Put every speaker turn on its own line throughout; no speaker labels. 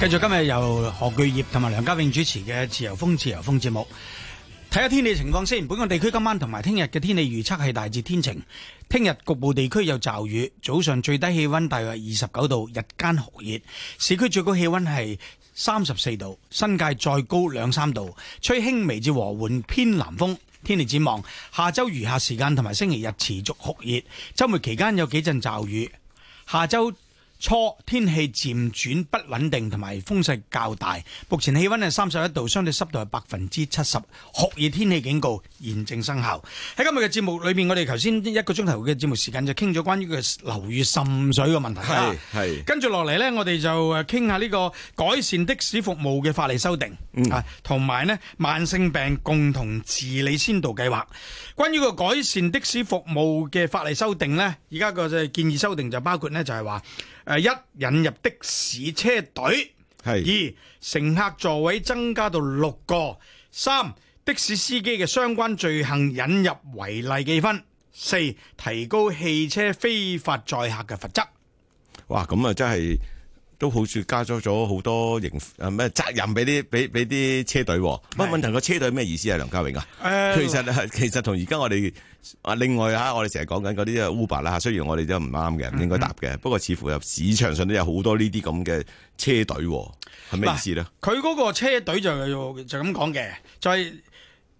繼續今日由何巨業同埋梁家永主持嘅《自由風自由風》節目，睇下天氣情況先。本港地區今晚同埋聽日嘅天氣預測係大致天晴，聽日局部地區有驟雨，早上最低氣溫大約二十九度，日間酷熱，市區最高氣溫係三十四度，新界再高兩三度，吹輕微至和緩偏南風。天氣展望，下周餘下時間同埋星期日持續酷熱，周末期間有幾陣驟雨。下周初天氣漸轉不穩定，同埋風勢較大。目前氣溫係三十一度，相對濕度係百分之七十，酷熱天氣警告現正生效。喺今日嘅節目裏面，我哋頭先一個鐘頭嘅節目時間就傾咗關於嘅樓宇滲水嘅問題啦
係。係
跟住落嚟呢，我哋就誒傾下呢個改善的士服務嘅法例修訂、啊，同埋呢慢性病共同治理先導計劃。關於個改善的士服務嘅法例修訂呢，而家個建議修訂就包括呢，就係話誒一引入的士車隊，二
係
乘客座位增加到六個，三的士司機嘅相關罪行引入違例記分，四提高汽車非法載客嘅罰則。
哇，咁啊真係都好似加咗咗好多刑啊咩責任俾啲俾俾啲車隊喎。乜
係
問題個車隊咩意思啊？梁家榮啊，
誒
其實啊其實同而家我哋啊另外嚇，我哋成日講緊嗰啲啊 Uber 啦，雖然我哋都唔啱嘅，唔應該搭嘅。不過似乎入市場上都有好多呢啲咁嘅車隊喎，係咩意思咧？
佢嗰個車隊就就咁講嘅，就係、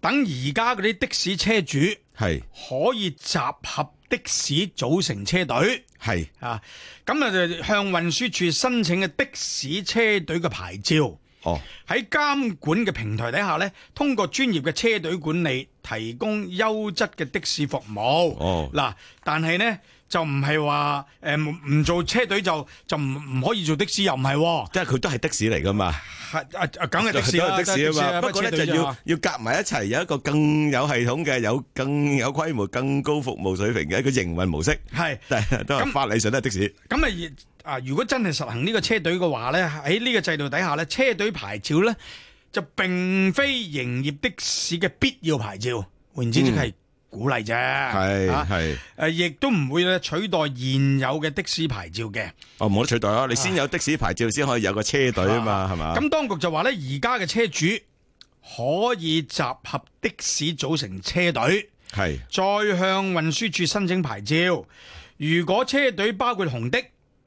等而家嗰啲的士車主
係
可以集合的士組成車隊
係
啊，咁啊就向運輸署申請嘅的士車隊嘅牌照。
哦
喺監管嘅平台底下呢，通過專業嘅車隊管理，提供優質嘅的士服務。
哦
嗱，但係呢，就唔係話誒唔唔做車隊就就唔唔可以做的士，又唔係喎。
即係佢都係的士嚟噶嘛。
係啊啊，梗 係的士啦，
都係的士啊嘛，不過咧
車隊
就
啫
要
嘛
要夾埋一齊，有一個更有系統嘅、有更有規模、更高服務水平嘅一個營運模式，
係
但係都係
咁
法理上都係的士。
咁啊！而啊，如果真係實行呢個車隊嘅話咧，喺呢個制度底下咧，車隊牌照咧就並非營業的士嘅必要牌照，換言之即係鼓勵啫。啊
嗯係，
誒，亦都唔會咧取代現有嘅的士牌照嘅。
哦冇得取代啊！你先有的士牌照先可以有個車隊啊嘛，係嘛？
咁當局就話咧，而家嘅車主可以集合的士組成車隊。
係
再向運輸署申請牌照。如果車隊包括紅的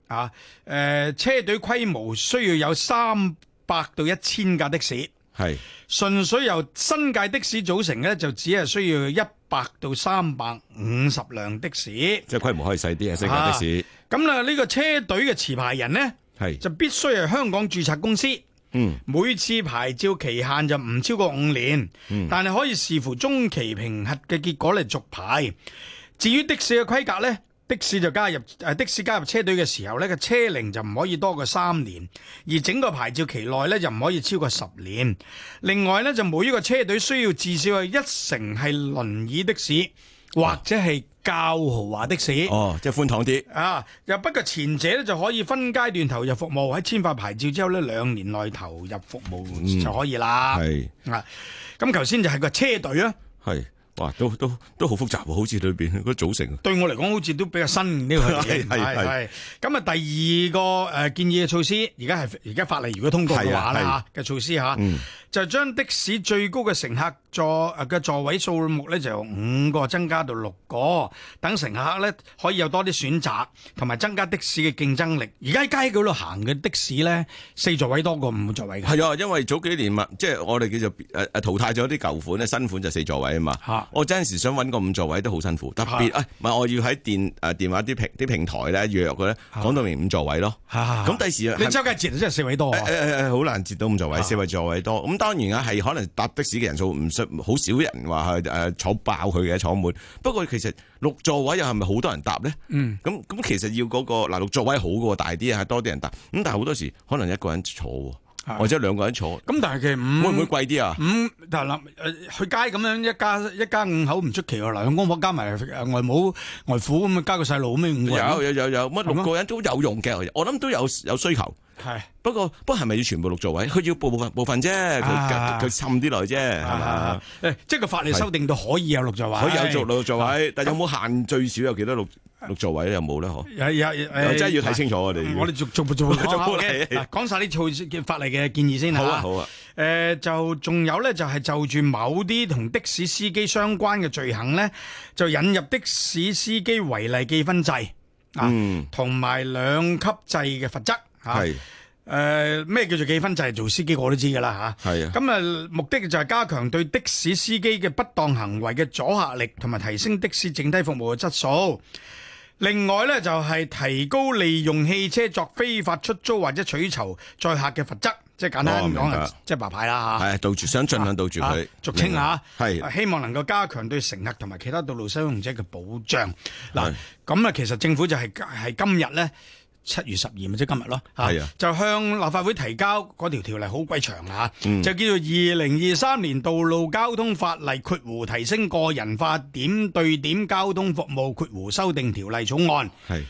啊，誒、車隊規模需要有三百到一千架的士，
係
純粹由新界的士組成呢，就只係需要一百到三百五十輛的士。
即係規模可以細啲嘅，新界的士
咁啦，呢個車隊嘅持牌人呢，
係
就必須係香港註冊公司。
嗯
每次牌照期限就唔超過五年，但係可以視乎中期評核嘅結果嚟續牌。至於的士嘅規格呢，的士就加入誒的士加入車隊嘅時候呢，個車齡就唔可以多過三年，而整個牌照期內呢，就唔可以超過十年。另外呢，就每一個車隊需要至少有一成係輪椅的士或者係較豪華的士。
哦，即係寬敞啲。
啊！又不過前者咧就可以分階段投入服務，喺簽發牌照之後咧兩年內投入服務就可以啦。
嗯係
啊，咁頭先就係個車隊啊，
係，哇，都都都好複雜喎，好似裏邊嗰個組成。
對我嚟講好似都比較新呢個嘢。
係係係
係咁啊，第二個誒、呃建議嘅措施，而家係而家法例如果通過嘅話
係
啦
啊
嚇嘅措施嚇，就將的士最高嘅乘客座呃嘅座位數目咧就由五個增加到六個，等乘客咧可以有多啲選擇，同埋增加的士嘅競爭力。而家喺街嗰度行嘅的士咧，四座位多過五座位㗎。
係啊，因為早幾年物即係我哋叫做誒誒淘汰咗啲舊款咧，新款就四座位啊嘛。
嚇
我陣時想揾個五座位都好辛苦，特別
嚇
啊，唔係我要喺電誒電話啲平啲平台咧約佢咧，講到明五座位咯。
嚇
咁第時
你
係
周街截真係四位多啊
誒！誒誒好難截到五座位，四位座位多。咁當然啊，係可能搭的士嘅人數唔需好少人話係誒坐爆佢嘅坐滿。不過其實六座位又係咪好多人搭咧？嗯，咁咁其實要嗰個嗱六座位好嘅喎，大啲啊，多啲人搭。咁但係好多時可能一個人坐喎，
係
或者兩個人坐。
咁但係其實五
會唔會貴啲啊？
五但係誒去街咁樣一家一家五口唔出奇喎，嗱兩公婆加埋誒外母外父咁啊，加個細路咁樣五個人
有有有有乜
係
六
嗎
個人都有用嘅，我諗都有有需求。
係
不過不過係咪要全部六座位？佢要部分部分啫，佢
啊
佢佢滲啲落去啫，係嘛
啊？，誒，即係個法例修訂到可以有六座位，
可以有做六座位，但有冇限最少有幾多六六座位咧？有冇咧？嗬，
有有誒
真係要睇清楚我哋要。
我哋逐逐步 逐步講下
係
OK？嗱講晒啲措施嘅法例嘅建議先啦
好啊好啊，
誒、就仲有咧，就係就住某啲同的士司機相關嘅罪行咧，就引入的士司機違例記分制啊，同埋兩級制嘅罰則啊嚇。
嗯係
誒呃咩叫做記分制？做司機我都知㗎啦嚇。
係啊
咁啊，目的就係加強對的士司機嘅不當行為嘅阻嚇力，同埋提升的士整體服務嘅質素。另外呢，就係提高利用汽車作非法出租或者取酬載客嘅罰則，即係簡單
哦
咁
明
講啊
白，
即係白牌啦嚇。
係杜住，想盡量杜住佢
啊，俗稱嚇，
係
希望能夠加強對乘客同埋其他道路使用者嘅保障。嗱
係，
咁啊，其實政府就係係今日咧。七月十二咪即係今日咯，嚇
係啊
就向立法會提交嗰條條例好鬼長啊，
嗯
就叫做《二零二三年道路交通法例括弧提升個人化點對點交通服務括弧修訂條例草案》。
係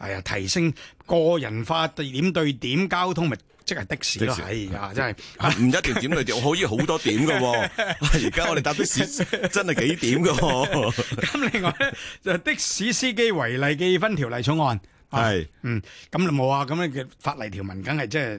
係啊，提升個人化點對點交通咪即係的士咯，
的士
係啊，真係。
唔一定 點對點，可以好多點嘅喎。而家我哋搭的士真係幾點嘅喎，
咁另外咧就係的士司機違例記分條例草案。啊
係
嗯，咁就冇啊，咁樣嘅法例條文梗係即係誒誒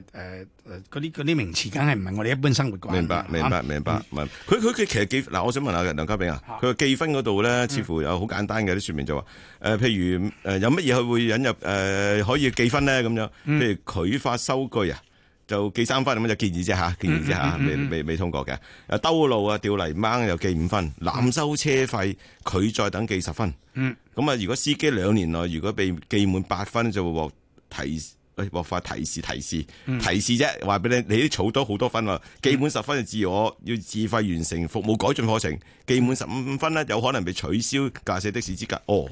嗰啲嗰啲名詞，梗係唔係我哋一般生活嘅話。
明白
啊
明白。明白。明白佢佢佢其實記嗱，我想問下梁家炳啊，佢個記分嗰
嗯
度咧，似乎有好簡單嘅啲説明就話誒，譬如誒有乜嘢佢會引入誒可以記分咧咁樣，
嗯
譬如拒發收據啊。就記三分咁樣就建議啫嚇，建議啫嚇，未未未通過嘅。誒兜路啊，掉泥掹又記五分，濫收車費拒載等記十分。
嗯，
咁啊，如果司機兩年內如果被記滿八分，就會獲提示。誒獲發提示提示提示啫，話俾你，你啲儲多好多分喎，記滿十分就自我要自費完成服務改進課程，記滿十五分咧有可能被取消駕駛的士資格。哦，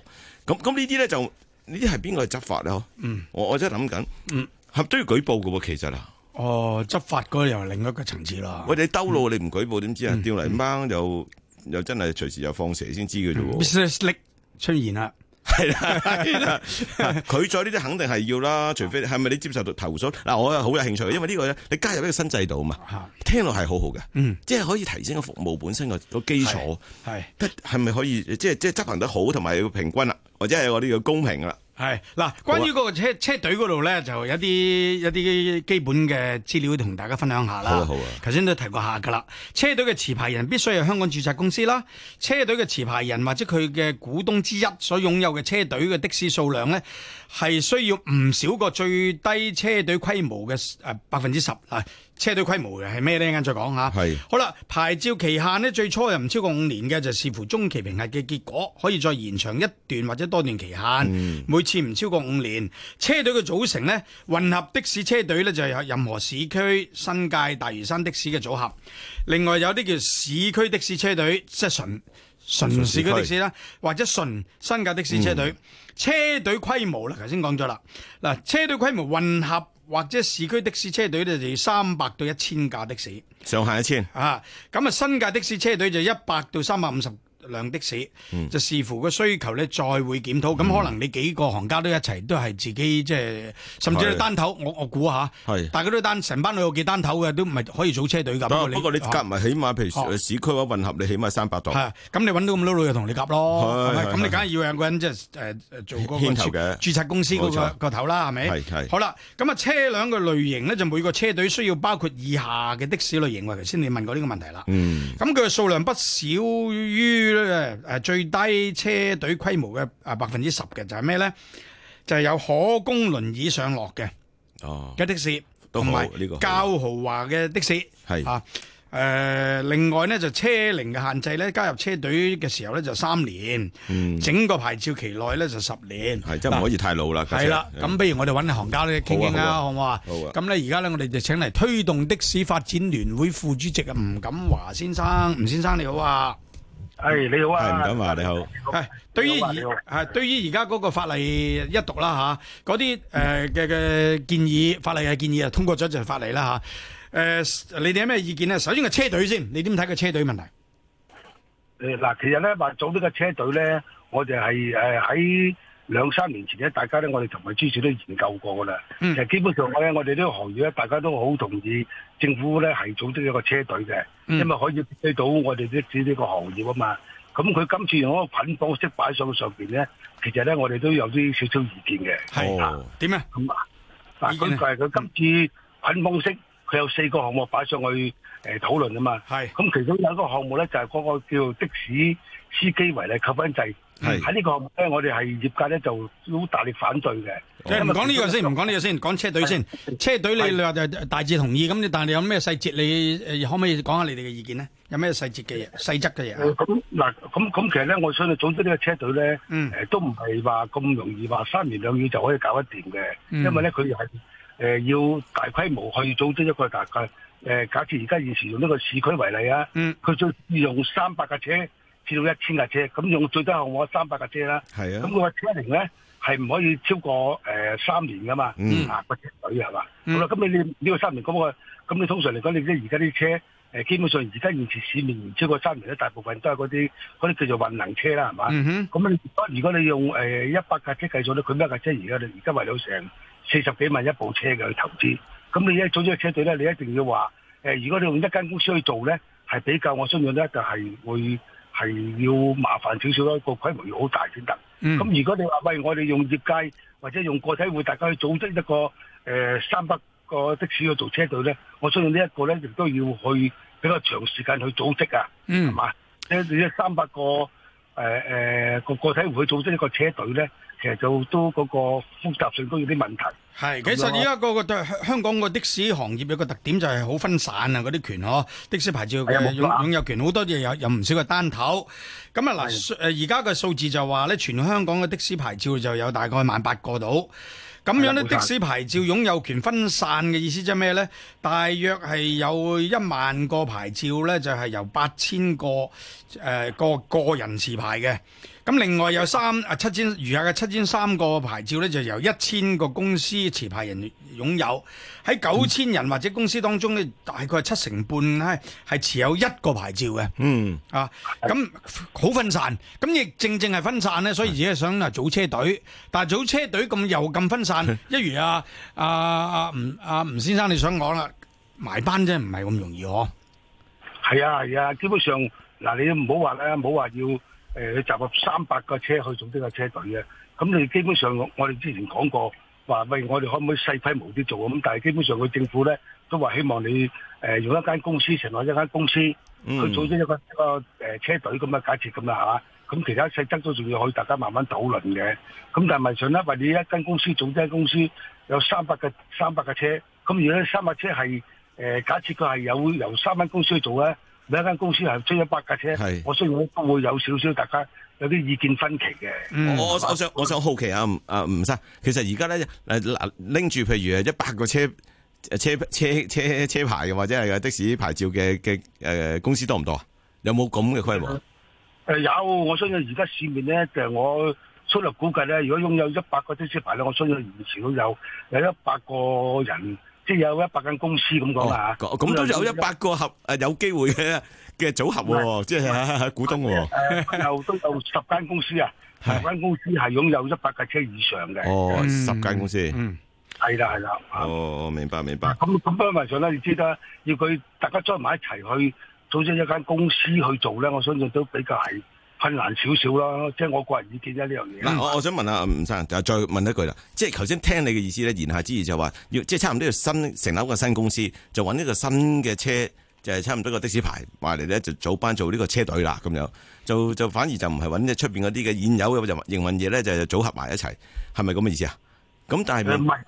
咁咁呢啲咧就呢啲係邊個去執法咧？嗯，我我真係諗緊，嗯，係都要舉報嘅喎，其實啊。
哦，執法嗰個又係另一個層次啦。
喂，你兜路你唔舉報點知
嗯
啊？吊泥掹又又真係隨時又放蛇先知 嘅啫喎。
Business League 出現啦。
係啦係啦，佢再呢啲肯定係要啦，除非係咪你接受到投訴？嗱，我又好有興趣，因為呢個咧，你加入一個新制度啊嘛，
嚇，
聽落係好好嘅，
嗯，
即係可以提升個服務本身個個基礎，
係。
得係咪可以即係即係執行得好，同埋要平均啦，或者係我哋要公平啦。
係嗱，關於嗰
啊
個車車隊嗰度咧，就有啲有啲基本嘅資料同大家分享下啦。
好啊好啊
頭先都提過下㗎啦。車隊嘅持牌人必須係香港註冊公司啦。車隊嘅持牌人或者佢嘅股東之一所擁有嘅車隊嘅的士數量咧，係需要唔少過最低車隊規模嘅誒百分之十啊。車隊規模嘅係咩呢？一陣間再講下。啊
係
好啦，牌照期限呢，最初又唔超過五年嘅，就視乎中期評核嘅結果，可以再延長一段或者多段期限，每次唔超過五年。車隊嘅組成呢，混合的士車隊呢，就有任何市區、新界、大嶼山的士嘅組合。另外有啲叫市區的士車隊，即係純純市區嗯的士啦，或者純新界的士車隊。車隊規模啦，頭先講咗啦。嗱，車隊規模混合或者市區的士車隊呢，就要三百到一千架的士。
上限一千，
啊，咁啊新界的士車隊就一百到三百五十輛的士，
嗯
就視乎個需求咧，再會檢討。咁、可能你幾個行家都一齊，都係自己即係，甚至你
係
單頭，我我估下，
係
大家都單成班老友記單頭嘅，都唔係可以組車隊㗎。
不過不過你夾
夾
埋起碼譬如
哦
市區或者混合，你起碼三百度。
係啊咁你揾到咁多老友同你夾咯，係
係
咪？
係
咁你
係
梗係要有個人即係誒誒做嗰個
牽頭
註
嘅
註冊公司嗰
冇
個
錯
個頭啦，係咪？
係係
好啦，咁啊車輛嘅類型咧，就每個車隊需要包括以下嘅的士類型喎。頭先你問過呢個問題啦。
嗯，
咁佢嘅數量不少於咧誒最低車隊規模嘅啊百分之十嘅，就係咩咧？就係、有可供輪椅上落嘅
哦，
嘅的士，
都
同
好
埋
呢個好
較豪華嘅的士
係
啊。誒、另外咧就車齡嘅限制咧，加入車隊嘅時候咧就三年，整個牌照期內咧就十年。
嗯係真係唔可以太老啦。
係啦，咁不如我哋揾行家咧傾傾
好
啦，
啊
好唔好啊？
好啊
咁咧而家咧，我哋就請嚟推動的士發展聯會副主席啊吳錦華先生，吳先生你好啊！
系你好
係
啊，
唔敢話你好。
係對於
你好啊
而
你好
係對於而家嗰個法例一讀啦嚇，嗰啲誒嘅嘅建議，法例嘅建議啊通過咗就係法例啦嚇。誒、你哋有咩意見咧？首先個車隊先，你點睇個車隊問題？
誒嗱，其實咧話組呢個車隊咧，我哋係誒喺兩三年前咧，大家咧我哋同埋朱主都研究過噶啦。
嗯
其實基本上咧，我哋呢個行業咧，大家都好同意政府咧係組織一個車隊嘅，
嗯
因為可以推到我哋的士呢個行業啊嘛。咁佢今次用嗰個捆綁式擺上上邊咧，其實咧我哋都有啲少少意見嘅。
係
哦
點啊？
咁啊，嗱，
意見
佢
呢
佢佢今次捆綁式，佢有四個項目擺上去誒討論啊嘛。
係
咁其中有一個項目咧，就係、嗰個叫的士司機違例扣分制。
係
喺呢個項目咧，我哋係業界咧就好大力反對嘅。
即係唔講呢個先，唔講呢個先，講車隊先。車隊你你話就大致同意咁，你但係你有咩細節你誒可唔可以講下你哋嘅意見呢？有咩細節嘅嘢、細則嘅嘢
誒
啊？
咁嗱，咁咁其實咧，我相信總之呢個車隊咧，誒、
嗯
都唔係話咁容易話三言兩語就可以搞得掂嘅，
嗯
因為咧佢係誒要大規模去組織一個大概誒、假設而家現時用呢個市區為例啊，
嗯
佢最用三百架車至到一千架車，咁用最低項目三百架車啦，
係
咁
啊，
佢個車齡咧係唔可以超過誒、三年噶嘛，
嗯
啊個車隊係嘛，
嗯
好啦，咁你你呢個三年咁我咁你通常嚟講，你即而家啲車誒、呃基本上而家現時市面唔超過三年咧，大部分都係嗰啲嗰啲叫做混能車啦，係嘛？
嗯哼，
咁、你如果你用誒一百架車計數咧，佢一呃架車而家你而家為到成四十幾萬一部車嘅去投資，咁你一組織個車隊咧，你一定要話誒、如果你用一間公司去做咧，係比較我相信咧就係會係要麻煩少少咯，個規模要好大先得。
嗯
咁如果你話喂，我哋用業界或者用個體户，大家去組織一個誒三百個的士去做車隊咧，我相信呢一個咧亦都要去比較長時間去組織啊，係
嗯
嘛？即係你三百個誒誒個個體户去組織一個車隊咧，其實就都嗰個複雜性都有啲問題。
係。其實而家個個對香港個的士行業有個特點就係好分散啊，嗰啲權嗬，的士牌照嘅
係啊
擁
冇錯啊
擁有權好多嘢有有唔少嘅單頭。咁啊嗱，誒而家嘅數字就話咧，全香港嘅的士牌照就有大概萬八個到。咁樣咧，
係啦冇錯
的士牌照擁有權分散嘅意思即係咩咧？大約係有一萬個牌照咧，就係、由八千個誒、呃、個個人持牌嘅。咁另外有三啊七千餘下嘅七千三個牌照咧，就由一千個公司持牌人擁有。喺九千人或者公司當中咧，大概係七成半係係持有一個牌照嘅。
嗯，
啊，咁好分散，咁亦正正係分散咧，所以自己想啊組車隊，但係組車隊咁又咁分散，一如啊啊啊吳啊吳先生你想講啦，埋班真係唔係咁容易嗬，
係啊係啊，基本上嗱，你都唔好話咧，唔好話要誒、去集合三百個車去組織個車隊嘅。咁你基本上我我哋之前講過話，喂，我哋可唔可以細規模啲做啊？咁但係基本上佢政府咧都話希望你誒、用一間公司成立一間公司去
嗯
組織一個一個誒、車隊咁嘅假設咁啦嚇。咁其他細則都仲要可以大家慢慢討論嘅。咁但係咪上咧？為你一間公司組織間公司有三百嘅三百嘅車，咁如果呢三百車係誒、假設佢係有由三間公司去做咧，每一間公司係出一百架車
係，
我相信都會有少少大家有啲意見分歧嘅。
嗯
我我我想我想好奇啊，吳啊吳生，其實而家咧誒嗱拎住譬如一百個車呃車車車車牌嘅或者係的士牌照嘅嘅誒公司多唔多啊？有冇咁嘅規模啊？
誒、呃有，我相信而家市面咧，就我粗略估計咧，如果擁有一百個的士牌咧，我相信現時都有有一百個人，即係有一百間公司咁講啊
哦。咁咁都有一百個合誒有機會嘅嘅組合喎，即係 股東喎。
誒又都呃有十間公司啊，十
係
間公司係擁有一百架車以上嘅，
哦，
嗯
十間公司。
嗯
係啦係啦。啊
哦，明白明白。
咁咁因為上咧，你知啦，要佢大家 join 埋一齊去組織一間公司去做咧，我相信都比較係困難少少啦。即係我個人意見啫，呢樣嘢。
嗱，我我想問下吳生，就再問一句啦，即係頭先聽你嘅意思咧，言下之意就話要即係差唔多要新成立一個新公司，就揾一個新嘅車，就係、差唔多個的士牌埋嚟咧，就組班做呢個車隊啦咁樣，就就反而就唔係揾出邊嗰啲嘅現有嘅營運嘢咧，就組合埋一齊，係咪咁嘅意思啊？咁但
呃誒唔
係
係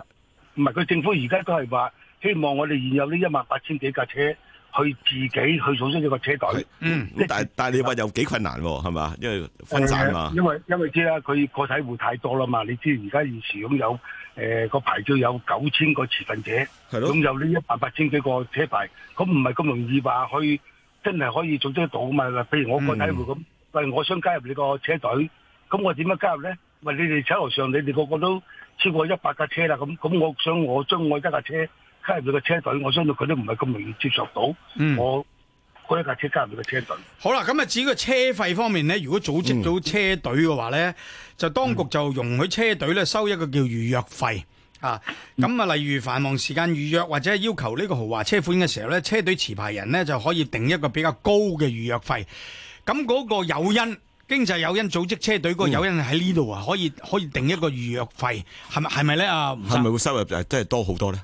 唔係，佢政府而家都係話希望我哋現有呢一萬八千幾架車去自己去組織一個車隊。
嗯
咁但係但係你話又幾困難喎，係嘛？因為分散啊嘛
呃誒。因為因為知啦，佢個體戶太多啦嘛。你知而家現時擁有誒個、牌照有九千個持份者，
係咯
擁有呢一萬八千幾個車牌，咁唔係咁容易話去真係可以組織得到嘛。嗱譬如我
嗯
個體戶咁，喂、我想加入你個車隊，咁我點樣加入咧？喂，你哋車路上你哋個個都超過一百架車啦，咁咁我想我將我一架車加入你個車隊，我相信佢都唔係咁容易接受到。
嗯
我嗰一架車加入你個車隊。
好啦，咁啊，至於個車費方面咧，如果組織到車隊嘅話咧，就當局就容許車隊咧收一個叫預約費啊。咁啊，例如繁忙時間預約或者係要求呢個豪華車款嘅時候咧，車隊持牌人咧就可以定一個比較高嘅預約費。咁嗰個誘因。經濟誘因組織車隊嗰個誘因喺呢度啊，可以可以定一個預約費，係咪係咪咧啊？吳
係咪
生
會收入誒真係多好多咧？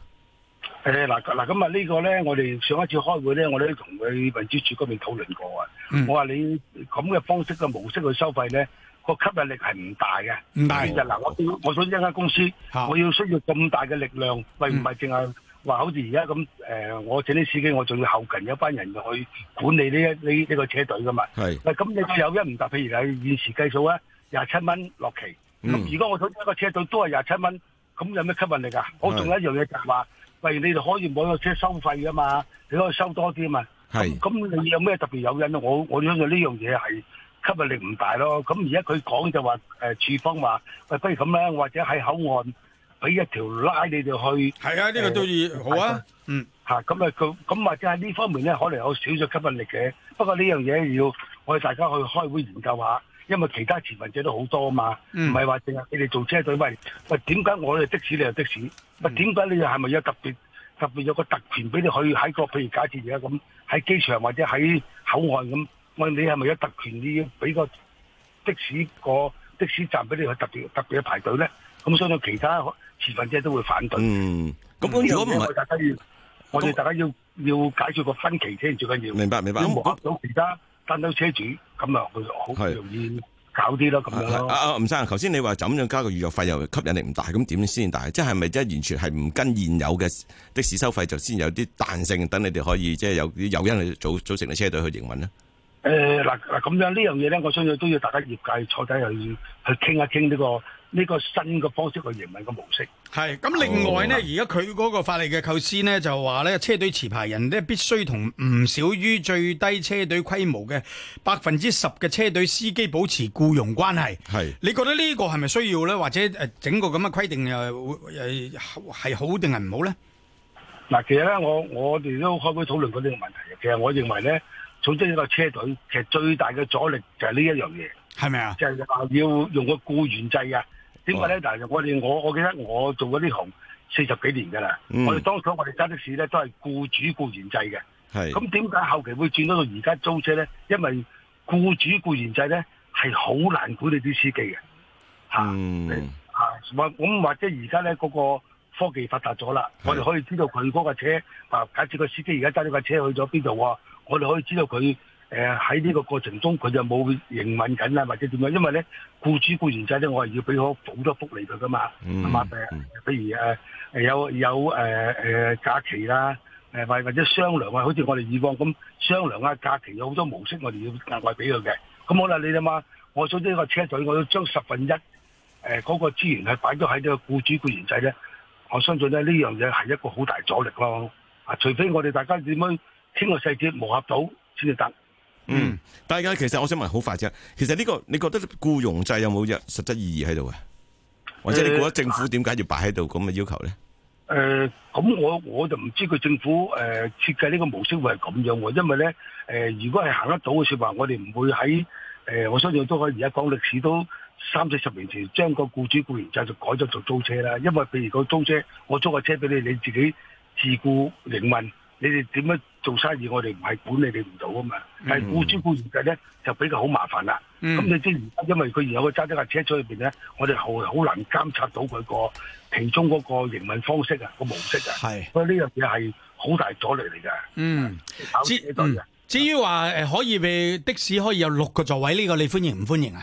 誒嗱嗱咁啊呢個咧，我哋上一次開會咧，我哋都同佢民主處嗰邊討論過啊。
嗯
我話你咁嘅方式嘅模式去收費咧，個吸引力係唔大嘅。
唔大
其實嗱，我我想一間公司，
嚇
我要需要咁大嘅力量，喂唔係淨係話好似而家咁誒，我整啲司機，我仲要後勤有班人去管理呢一呢呢個車隊噶嘛。
係
喂，咁你個誘因唔大，譬如係現時計數啊，廿七蚊落期。咁、
嗯
如果我想一個車隊都係廿七蚊，咁有咩吸引力啊？我
係
仲有一樣嘢就係話，喂，你哋可以每個車收費噶嘛，你可以收多啲啊嘛。
係
咁你有咩特別誘因咧？我我相信呢樣嘢係吸引力唔大咯。咁而家佢講就話誒、呃處方話，喂，不如咁啦，或者喺口岸俾一條拉你哋去
係啊，呢個都要好啊，嗯。
嚇，咁啊佢咁或者喺呢方面咧，可能有少少吸引力嘅。不過呢樣嘢要我哋大家去開會研究下，因為其他持份者都好多嘛，唔
嗯
係話淨係你哋做車隊喂喂點解我哋的士你又的士？
嗯
喂點解你係咪有特別特別有個特權俾你去喺個譬如假設而家咁喺機場或者喺口岸咁，我你係咪有特權你要俾個的士個的士站俾你去特別特別去排隊咧？咁相信其他持份者都會反對。
嗯，咁如果唔係，
大家要，我哋大家要要解決個分歧先最緊要。
明白明白。
如
咁
果磨合到其他單車車主，咁啊佢好
係
容易搞啲咯，咁樣
啊
咯。
啊吳生，頭先你話就咁樣加個預約費又吸引力唔大，咁點先大？即係咪即係完全係唔跟現有嘅的士收費，就先有啲彈性，等你哋可以即係有啲誘因去組組成你車隊去營運咧？
誒呃嗱嗱咁樣呢樣嘢咧，我相信都要大家業界坐低去去傾一傾呢個呢個新嘅方式去營運嘅模式。
係咁，
哦
另外呢，而家佢嗰個法例嘅構思呢，就話呢車隊持牌人呢必須同唔少於最低車隊規模嘅百分之十嘅車隊司機保持僱傭關係。
係
你覺得呢個係咪需要呢？或者誒整個咁嘅規定誒會誒係好定係唔好呢？
嗱，其實咧，我我哋都開會討論過呢個問題嘅。其實我認為咧，組織一個車隊，其實最大嘅阻力就係呢一樣嘢。
係咪啊？
就係話要用個僱員制啊。點解咧？嗱，我哋我我記得我做咗呢行四十幾年㗎啦。
嗯
我哋當初我哋揸的士咧都係僱主僱員制嘅。
係
咁點解後期會轉到到而家租車咧？因為僱主僱員制咧係好難管理啲司機嘅。嚇、
嗯
啊，或咁或者而家咧嗰個科技發達咗啦，
係
我哋可以知道佢嗰架車，啊，假設個司機而家揸咗架車去咗邊度喎，我哋可以知道佢誒喺呢個過程中佢就冇營運緊啊，或者點樣，因為咧僱主僱員制咧，我係要俾好好多福利佢噶嘛，係
嗯
嘛、誒啊譬如誒、呃有有誒誒、呃假期啦。誒或或者商量啊，好似我哋以往咁商量啊，假期有好多模式，我哋要額外俾佢嘅。咁好啦，你諗下，我組織一個車隊，我要將十分一誒嗰個資源係擺咗喺呢個僱主僱員制咧，我相信咧呢樣嘢係一個好大阻力咯。啊，除非我哋大家點樣傾個細節磨合到先至得。
嗯，大家其實我想問好快啫，其實呢個你覺得僱傭制有冇有實質意義喺度嘅？啊或者你覺得政府點解要擺喺度咁嘅要求咧？
誒、呃咁我我就唔知佢政府誒、呃、設計呢個模式會係咁樣喎，因為咧誒、呃如果係行得到嘅説話，我哋唔會喺誒、呃我相信都可以而家講歷史都三四十年前將個僱主僱員制就改咗做租車啦，因為譬如個租車，我租架車俾你，你自己自顧營運，你哋點樣做生意，我哋唔係管理你唔到啊嘛，但係僱主僱員制咧就比較好麻煩啦。咁
嗯
你知而家因為佢而家佢揸咗架車出去邊咧，我哋好好難監察到佢個其中嗰個營運方式啊，個模式啊，
係
所以呢樣嘢係好大阻力嚟嘅。
嗯。
搞
至嗯
車隊啊嘅，
至於話誒可以俾的士可以有六個座位呢個，你歡迎唔歡迎啊？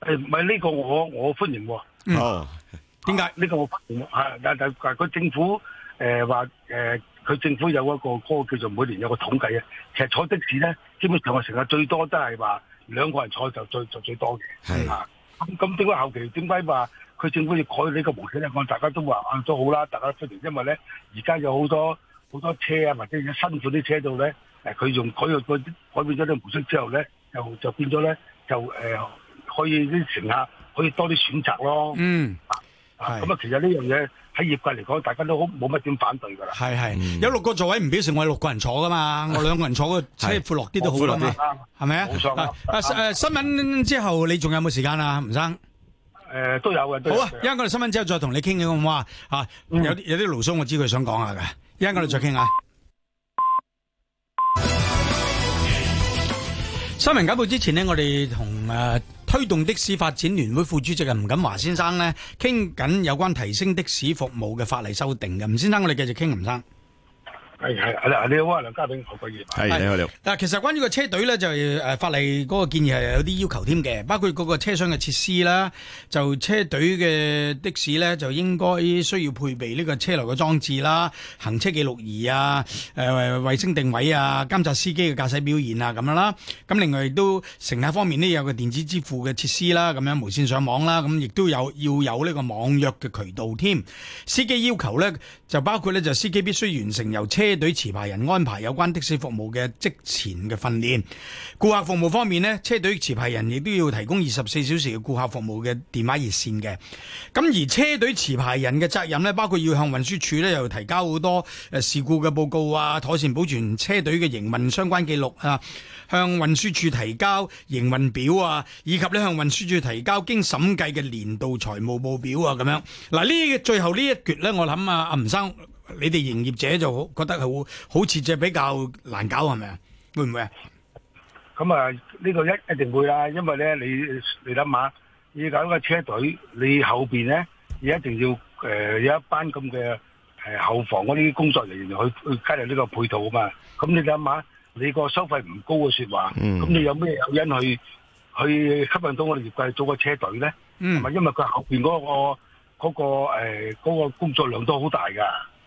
誒唔係呢個我我歡迎喎，
嗯
哦，
點解？
呢個我歡迎喎係但但但佢政府誒話誒，佢政府有一個嗰個叫做每年有個統計啊，其實坐的士咧，基本上我成日最多都係話兩個人坐就最就最多嘅。
係
啊，咁咁點解後期點解話佢政府要改呢個模式咧？我大家都話啊都好啦，大家都歡迎，因為咧而家有好多好多車啊，或者而家新款啲車度咧，誒佢用改咗個改變咗呢個模式之後咧，就就變咗咧就誒、呃可以啲乘客可以多啲選擇咯。
嗯，
啊
係
咁啊，其實呢樣嘢喺業界嚟講，大家都好冇乜點反對㗎啦。
系系有六個座位唔表示我係六個人坐噶嘛，我兩個人坐個車
係
闊落啲都好㗎嘛
闊，
係咪啊
冇錯
啊？啊誒新聞之後你仲有冇時間啊，吳生？
誒、都有嘅，都
好
有
啊，
嘅
一陣我哋新聞之後再同你傾嘅，好唔好啊？啊，有
嗯
啲有啲牢騷我知佢想講下嘅，一陣我哋再傾啊下。新聞簡報之前呢，我哋同誒推動的士發展聯會副主席嘅吳錦華先生呢，傾緊有關提升的士服務嘅法例修訂嘅。吳先生，我哋繼續傾，吳生。
係係係啦，你好啊，梁家炳，何國業。
係你好，你好。
嗱，其實關於個車隊咧，就係誒法例嗰個建議係有啲要求添嘅，包括嗰個車廂嘅設施啦，就車隊嘅的士咧就應該需要配備呢個車內嘅裝置啦、行車記錄儀啊、誒、衛星定位啊、監察司機嘅駕駛表現啊咁樣啦。咁另外亦都乘客方面呢，有個電子支付嘅設施啦，咁樣無線上網啦，咁亦都有要有呢個網約嘅渠道添。司機要求咧就包括咧就司機必須完成由車隊持牌人安排有關的士服務嘅職前嘅訓練。顧客服務方面呢，車隊持牌人亦都要提供二十四小時嘅顧客服務嘅電話熱線嘅。咁而車隊持牌人嘅責任呢，包括要向運輸署呢又提交好多誒事故嘅報告啊，妥善保存車隊嘅營運相關記錄啊，向運輸署提交營運表啊，以及呢向運輸署提交經審計嘅年度財務報表啊，咁樣。嗱呢最後呢一橛呢，我諗啊，阿吳生，你哋營業者就好覺得係好好似就比較難搞係咪啊？會唔會啊？
咁啊，呢個一一定會啦，因為咧，你你諗下，你搞個車隊，你後邊咧，你一定要誒、呃有一班咁嘅誒後防嗰啲工作人員去去加入呢個配套啊嘛。咁你諗下，你個收費唔高嘅説話，咁、
嗯
你有咩誘因去去吸引到我哋業界做個車隊咧？
嗯
同 埋因為佢後邊嗰、個嗰、個誒嗰、個工作量都好大㗎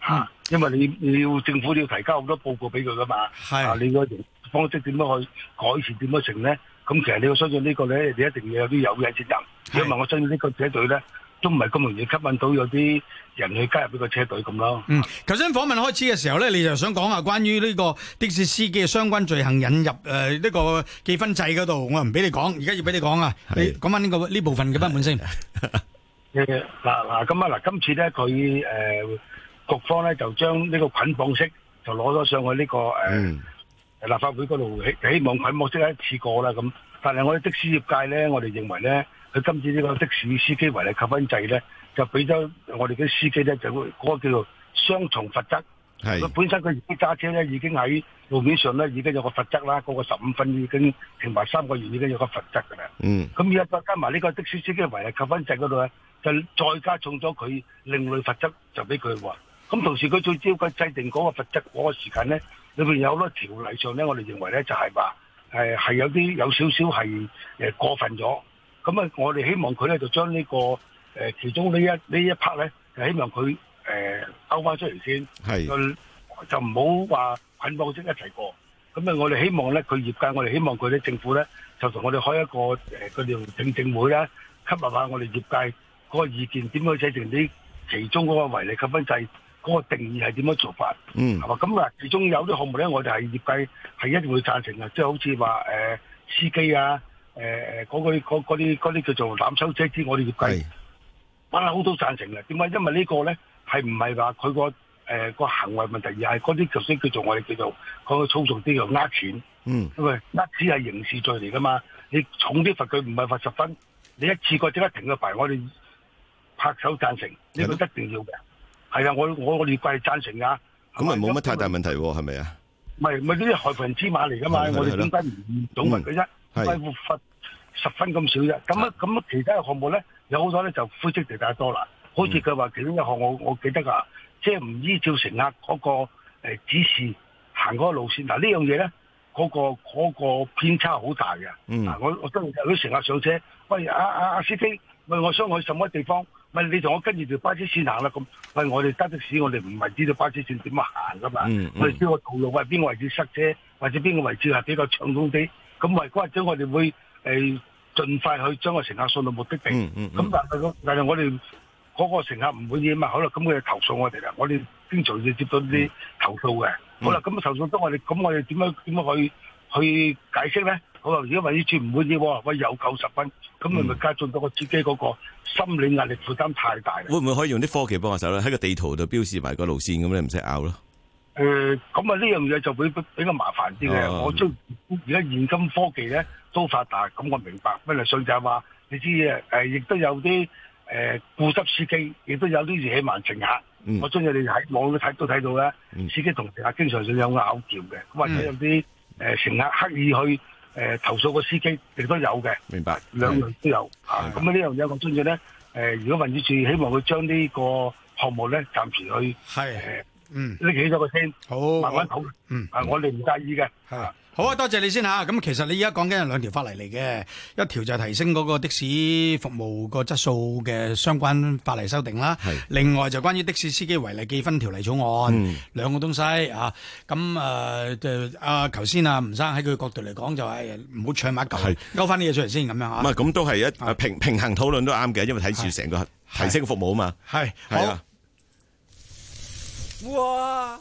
嚇，
嗯
因為你你要政府你要提交好多報告俾佢㗎嘛。啊，
係
你個方式點樣去改善點樣成咧？咁其實你要相信呢個咧，你一定要有啲有嘢先
係
入。因為我相信呢個車隊咧，都唔係咁容易吸引到有啲人去加入呢個車隊咁咯。
嗯，頭先訪問開始嘅時候咧，你就想講下關於呢個的士司機嘅相關罪行引入誒呢、個記分制嗰度，我唔俾你講，而家要俾你講啊！你
係
講翻呢個呢部分嘅不滿先。
誒嗱嗱咁啊嗱，今次咧佢誒局方咧就將呢個捆綁式就攞咗上去呢、個誒。
嗯，
立法會嗰度希希望捆綁式一次過啦咁，但係我哋的士業界咧，我哋認為咧，佢今次呢個的士司機違例扣分制咧，就俾咗我哋嘅司機咧，就會嗰個叫做雙重罰則。佢
係
本身佢已經揸車咧，已經喺路面上咧已經有個罰則啦，嗰、個十五分已經停埋三個月已經有個罰則㗎啦。
嗯
咁而家再加埋呢個的士司機違例扣分制嗰度咧，就再加重咗佢另類罰則，就俾佢話。咁同時佢最主要佢制定嗰個罰則嗰個時間咧，裏邊有好多條例上咧，我哋認為咧就係話誒係有啲有少少係誒過分咗。咁啊，我哋希望佢咧就將呢、個誒、呃其中呢一呢一 part 咧，就希望佢誒勾翻出嚟先。
係
就就唔好話捆綁式一齊過。咁啊，我哋希望咧，佢業界，我哋希望佢啲政府咧，就同我哋開一個誒嗰條聽證會咧，吸納下我哋業界嗰個意見，點樣制定啲其中嗰個違例扣分制嗰個定義係點樣做法，
嗯
係嘛？咁啊，其中有啲項目咧，我哋係業界係一定會贊成嘅，即係好似話誒司機啊，誒誒嗰啲嗰嗰啲嗰啲叫做濫收車資，我哋業界
係。
不嬲都贊成嘅。點解？因為呢個咧係唔係話佢個誒個行為問題，而係嗰啲頭先叫做我哋叫做佢操縱啲叫呃錢，
嗯
因為呃錢係刑事罪嚟噶嘛。你重啲罰佢，唔係罰十分，你一次過即刻停個牌，我哋拍手贊成，呢、個一定要嘅。係啊，我我我哋貴係贊成㗎。
咁啊冇乜太大問題喎，係咪啊？
唔係唔係呢啲害群之馬嚟噶嘛？
係咯
我哋
係咯嗯
點解唔早問佢啫？
係
點解會罰十分咁少啫？咁啊咁啊，其他嘅項目咧有好多咧就灰色地帶多啦。
嗯
好似佢話其中一項我我記得啊，即係唔依照乘客嗰個呃指示行嗰個路線。嗱呢樣嘢咧，嗰個嗰個偏差好大嘅。
嗯
嗱，啊我我真係有啲乘客上車，喂啊啊啊司機，喂我想去什麼地方？喂你同我跟住條巴士線行啦咁。喂我哋揸的士，我哋唔係知道巴士線點樣行噶嘛。
嗯
我哋知道個道路喂邊個位置塞車，或者邊個位置係比較暢通啲。咁為嗰陣我哋會誒、呃、盡快去將個乘客送到目的地。咁、
嗯嗯嗯
但係個但係我哋嗰個乘客唔滿意啊嘛，好啦，咁佢就投訴我哋啦。我哋經常要接到呢啊啲投訴嘅。好啦，咁投訴得我哋，咁我哋點樣點樣去去解釋咧？我話如果運輸處唔滿意喎，喂有九十分，咁咪咪加進到個司機嗰個心理壓力負擔太大啦。
會唔會可以用啲科技幫下手咧？喺個地圖度標示埋個路線咁咧，唔使拗咯。
誒咁啊呢樣嘢就比比較麻煩啲嘅。
哦
我將而家現今科技咧都發達，咁我明白。不嚟上就係話，你知誒，呃亦都有啲誒固執司機，亦都有啲野蠻乘客。
嗯
我相信你喺網都睇都睇到啦，
嗯
司機同乘客經常上有拗撬嘅，或
嗯
者有啲誒、呃乘客刻意去誒、呃投訴個司機，亦都有嘅。
明白。
嗯
兩樣都有啊
係。
咁呢樣嘢我相信咧，誒、如果運輸署希望佢將呢個項目咧暫時去
係
誒
嗯，
拎起咗個先，
好，
慢慢討論。
嗯。
啊，我哋唔介意嘅。
係好啊，多謝你先吓。咁其實你而家講緊係兩條法例嚟嘅，一條就係提升嗰個的士服務個質素嘅相關法例修訂啦
係。
另外就關於的士司機違例記分條例草案，
嗯
兩個東西啊。咁啊，就啊，頭先啊，吳生喺佢角度嚟講就係唔好搶埋一嚿
係，
勾翻啲嘢出嚟先咁樣
唔
吓。
係咁都係
啊
一啊平平衡討論都啱嘅，因為睇住成個提升服務啊嘛。
係
係
好
啊。。
哇！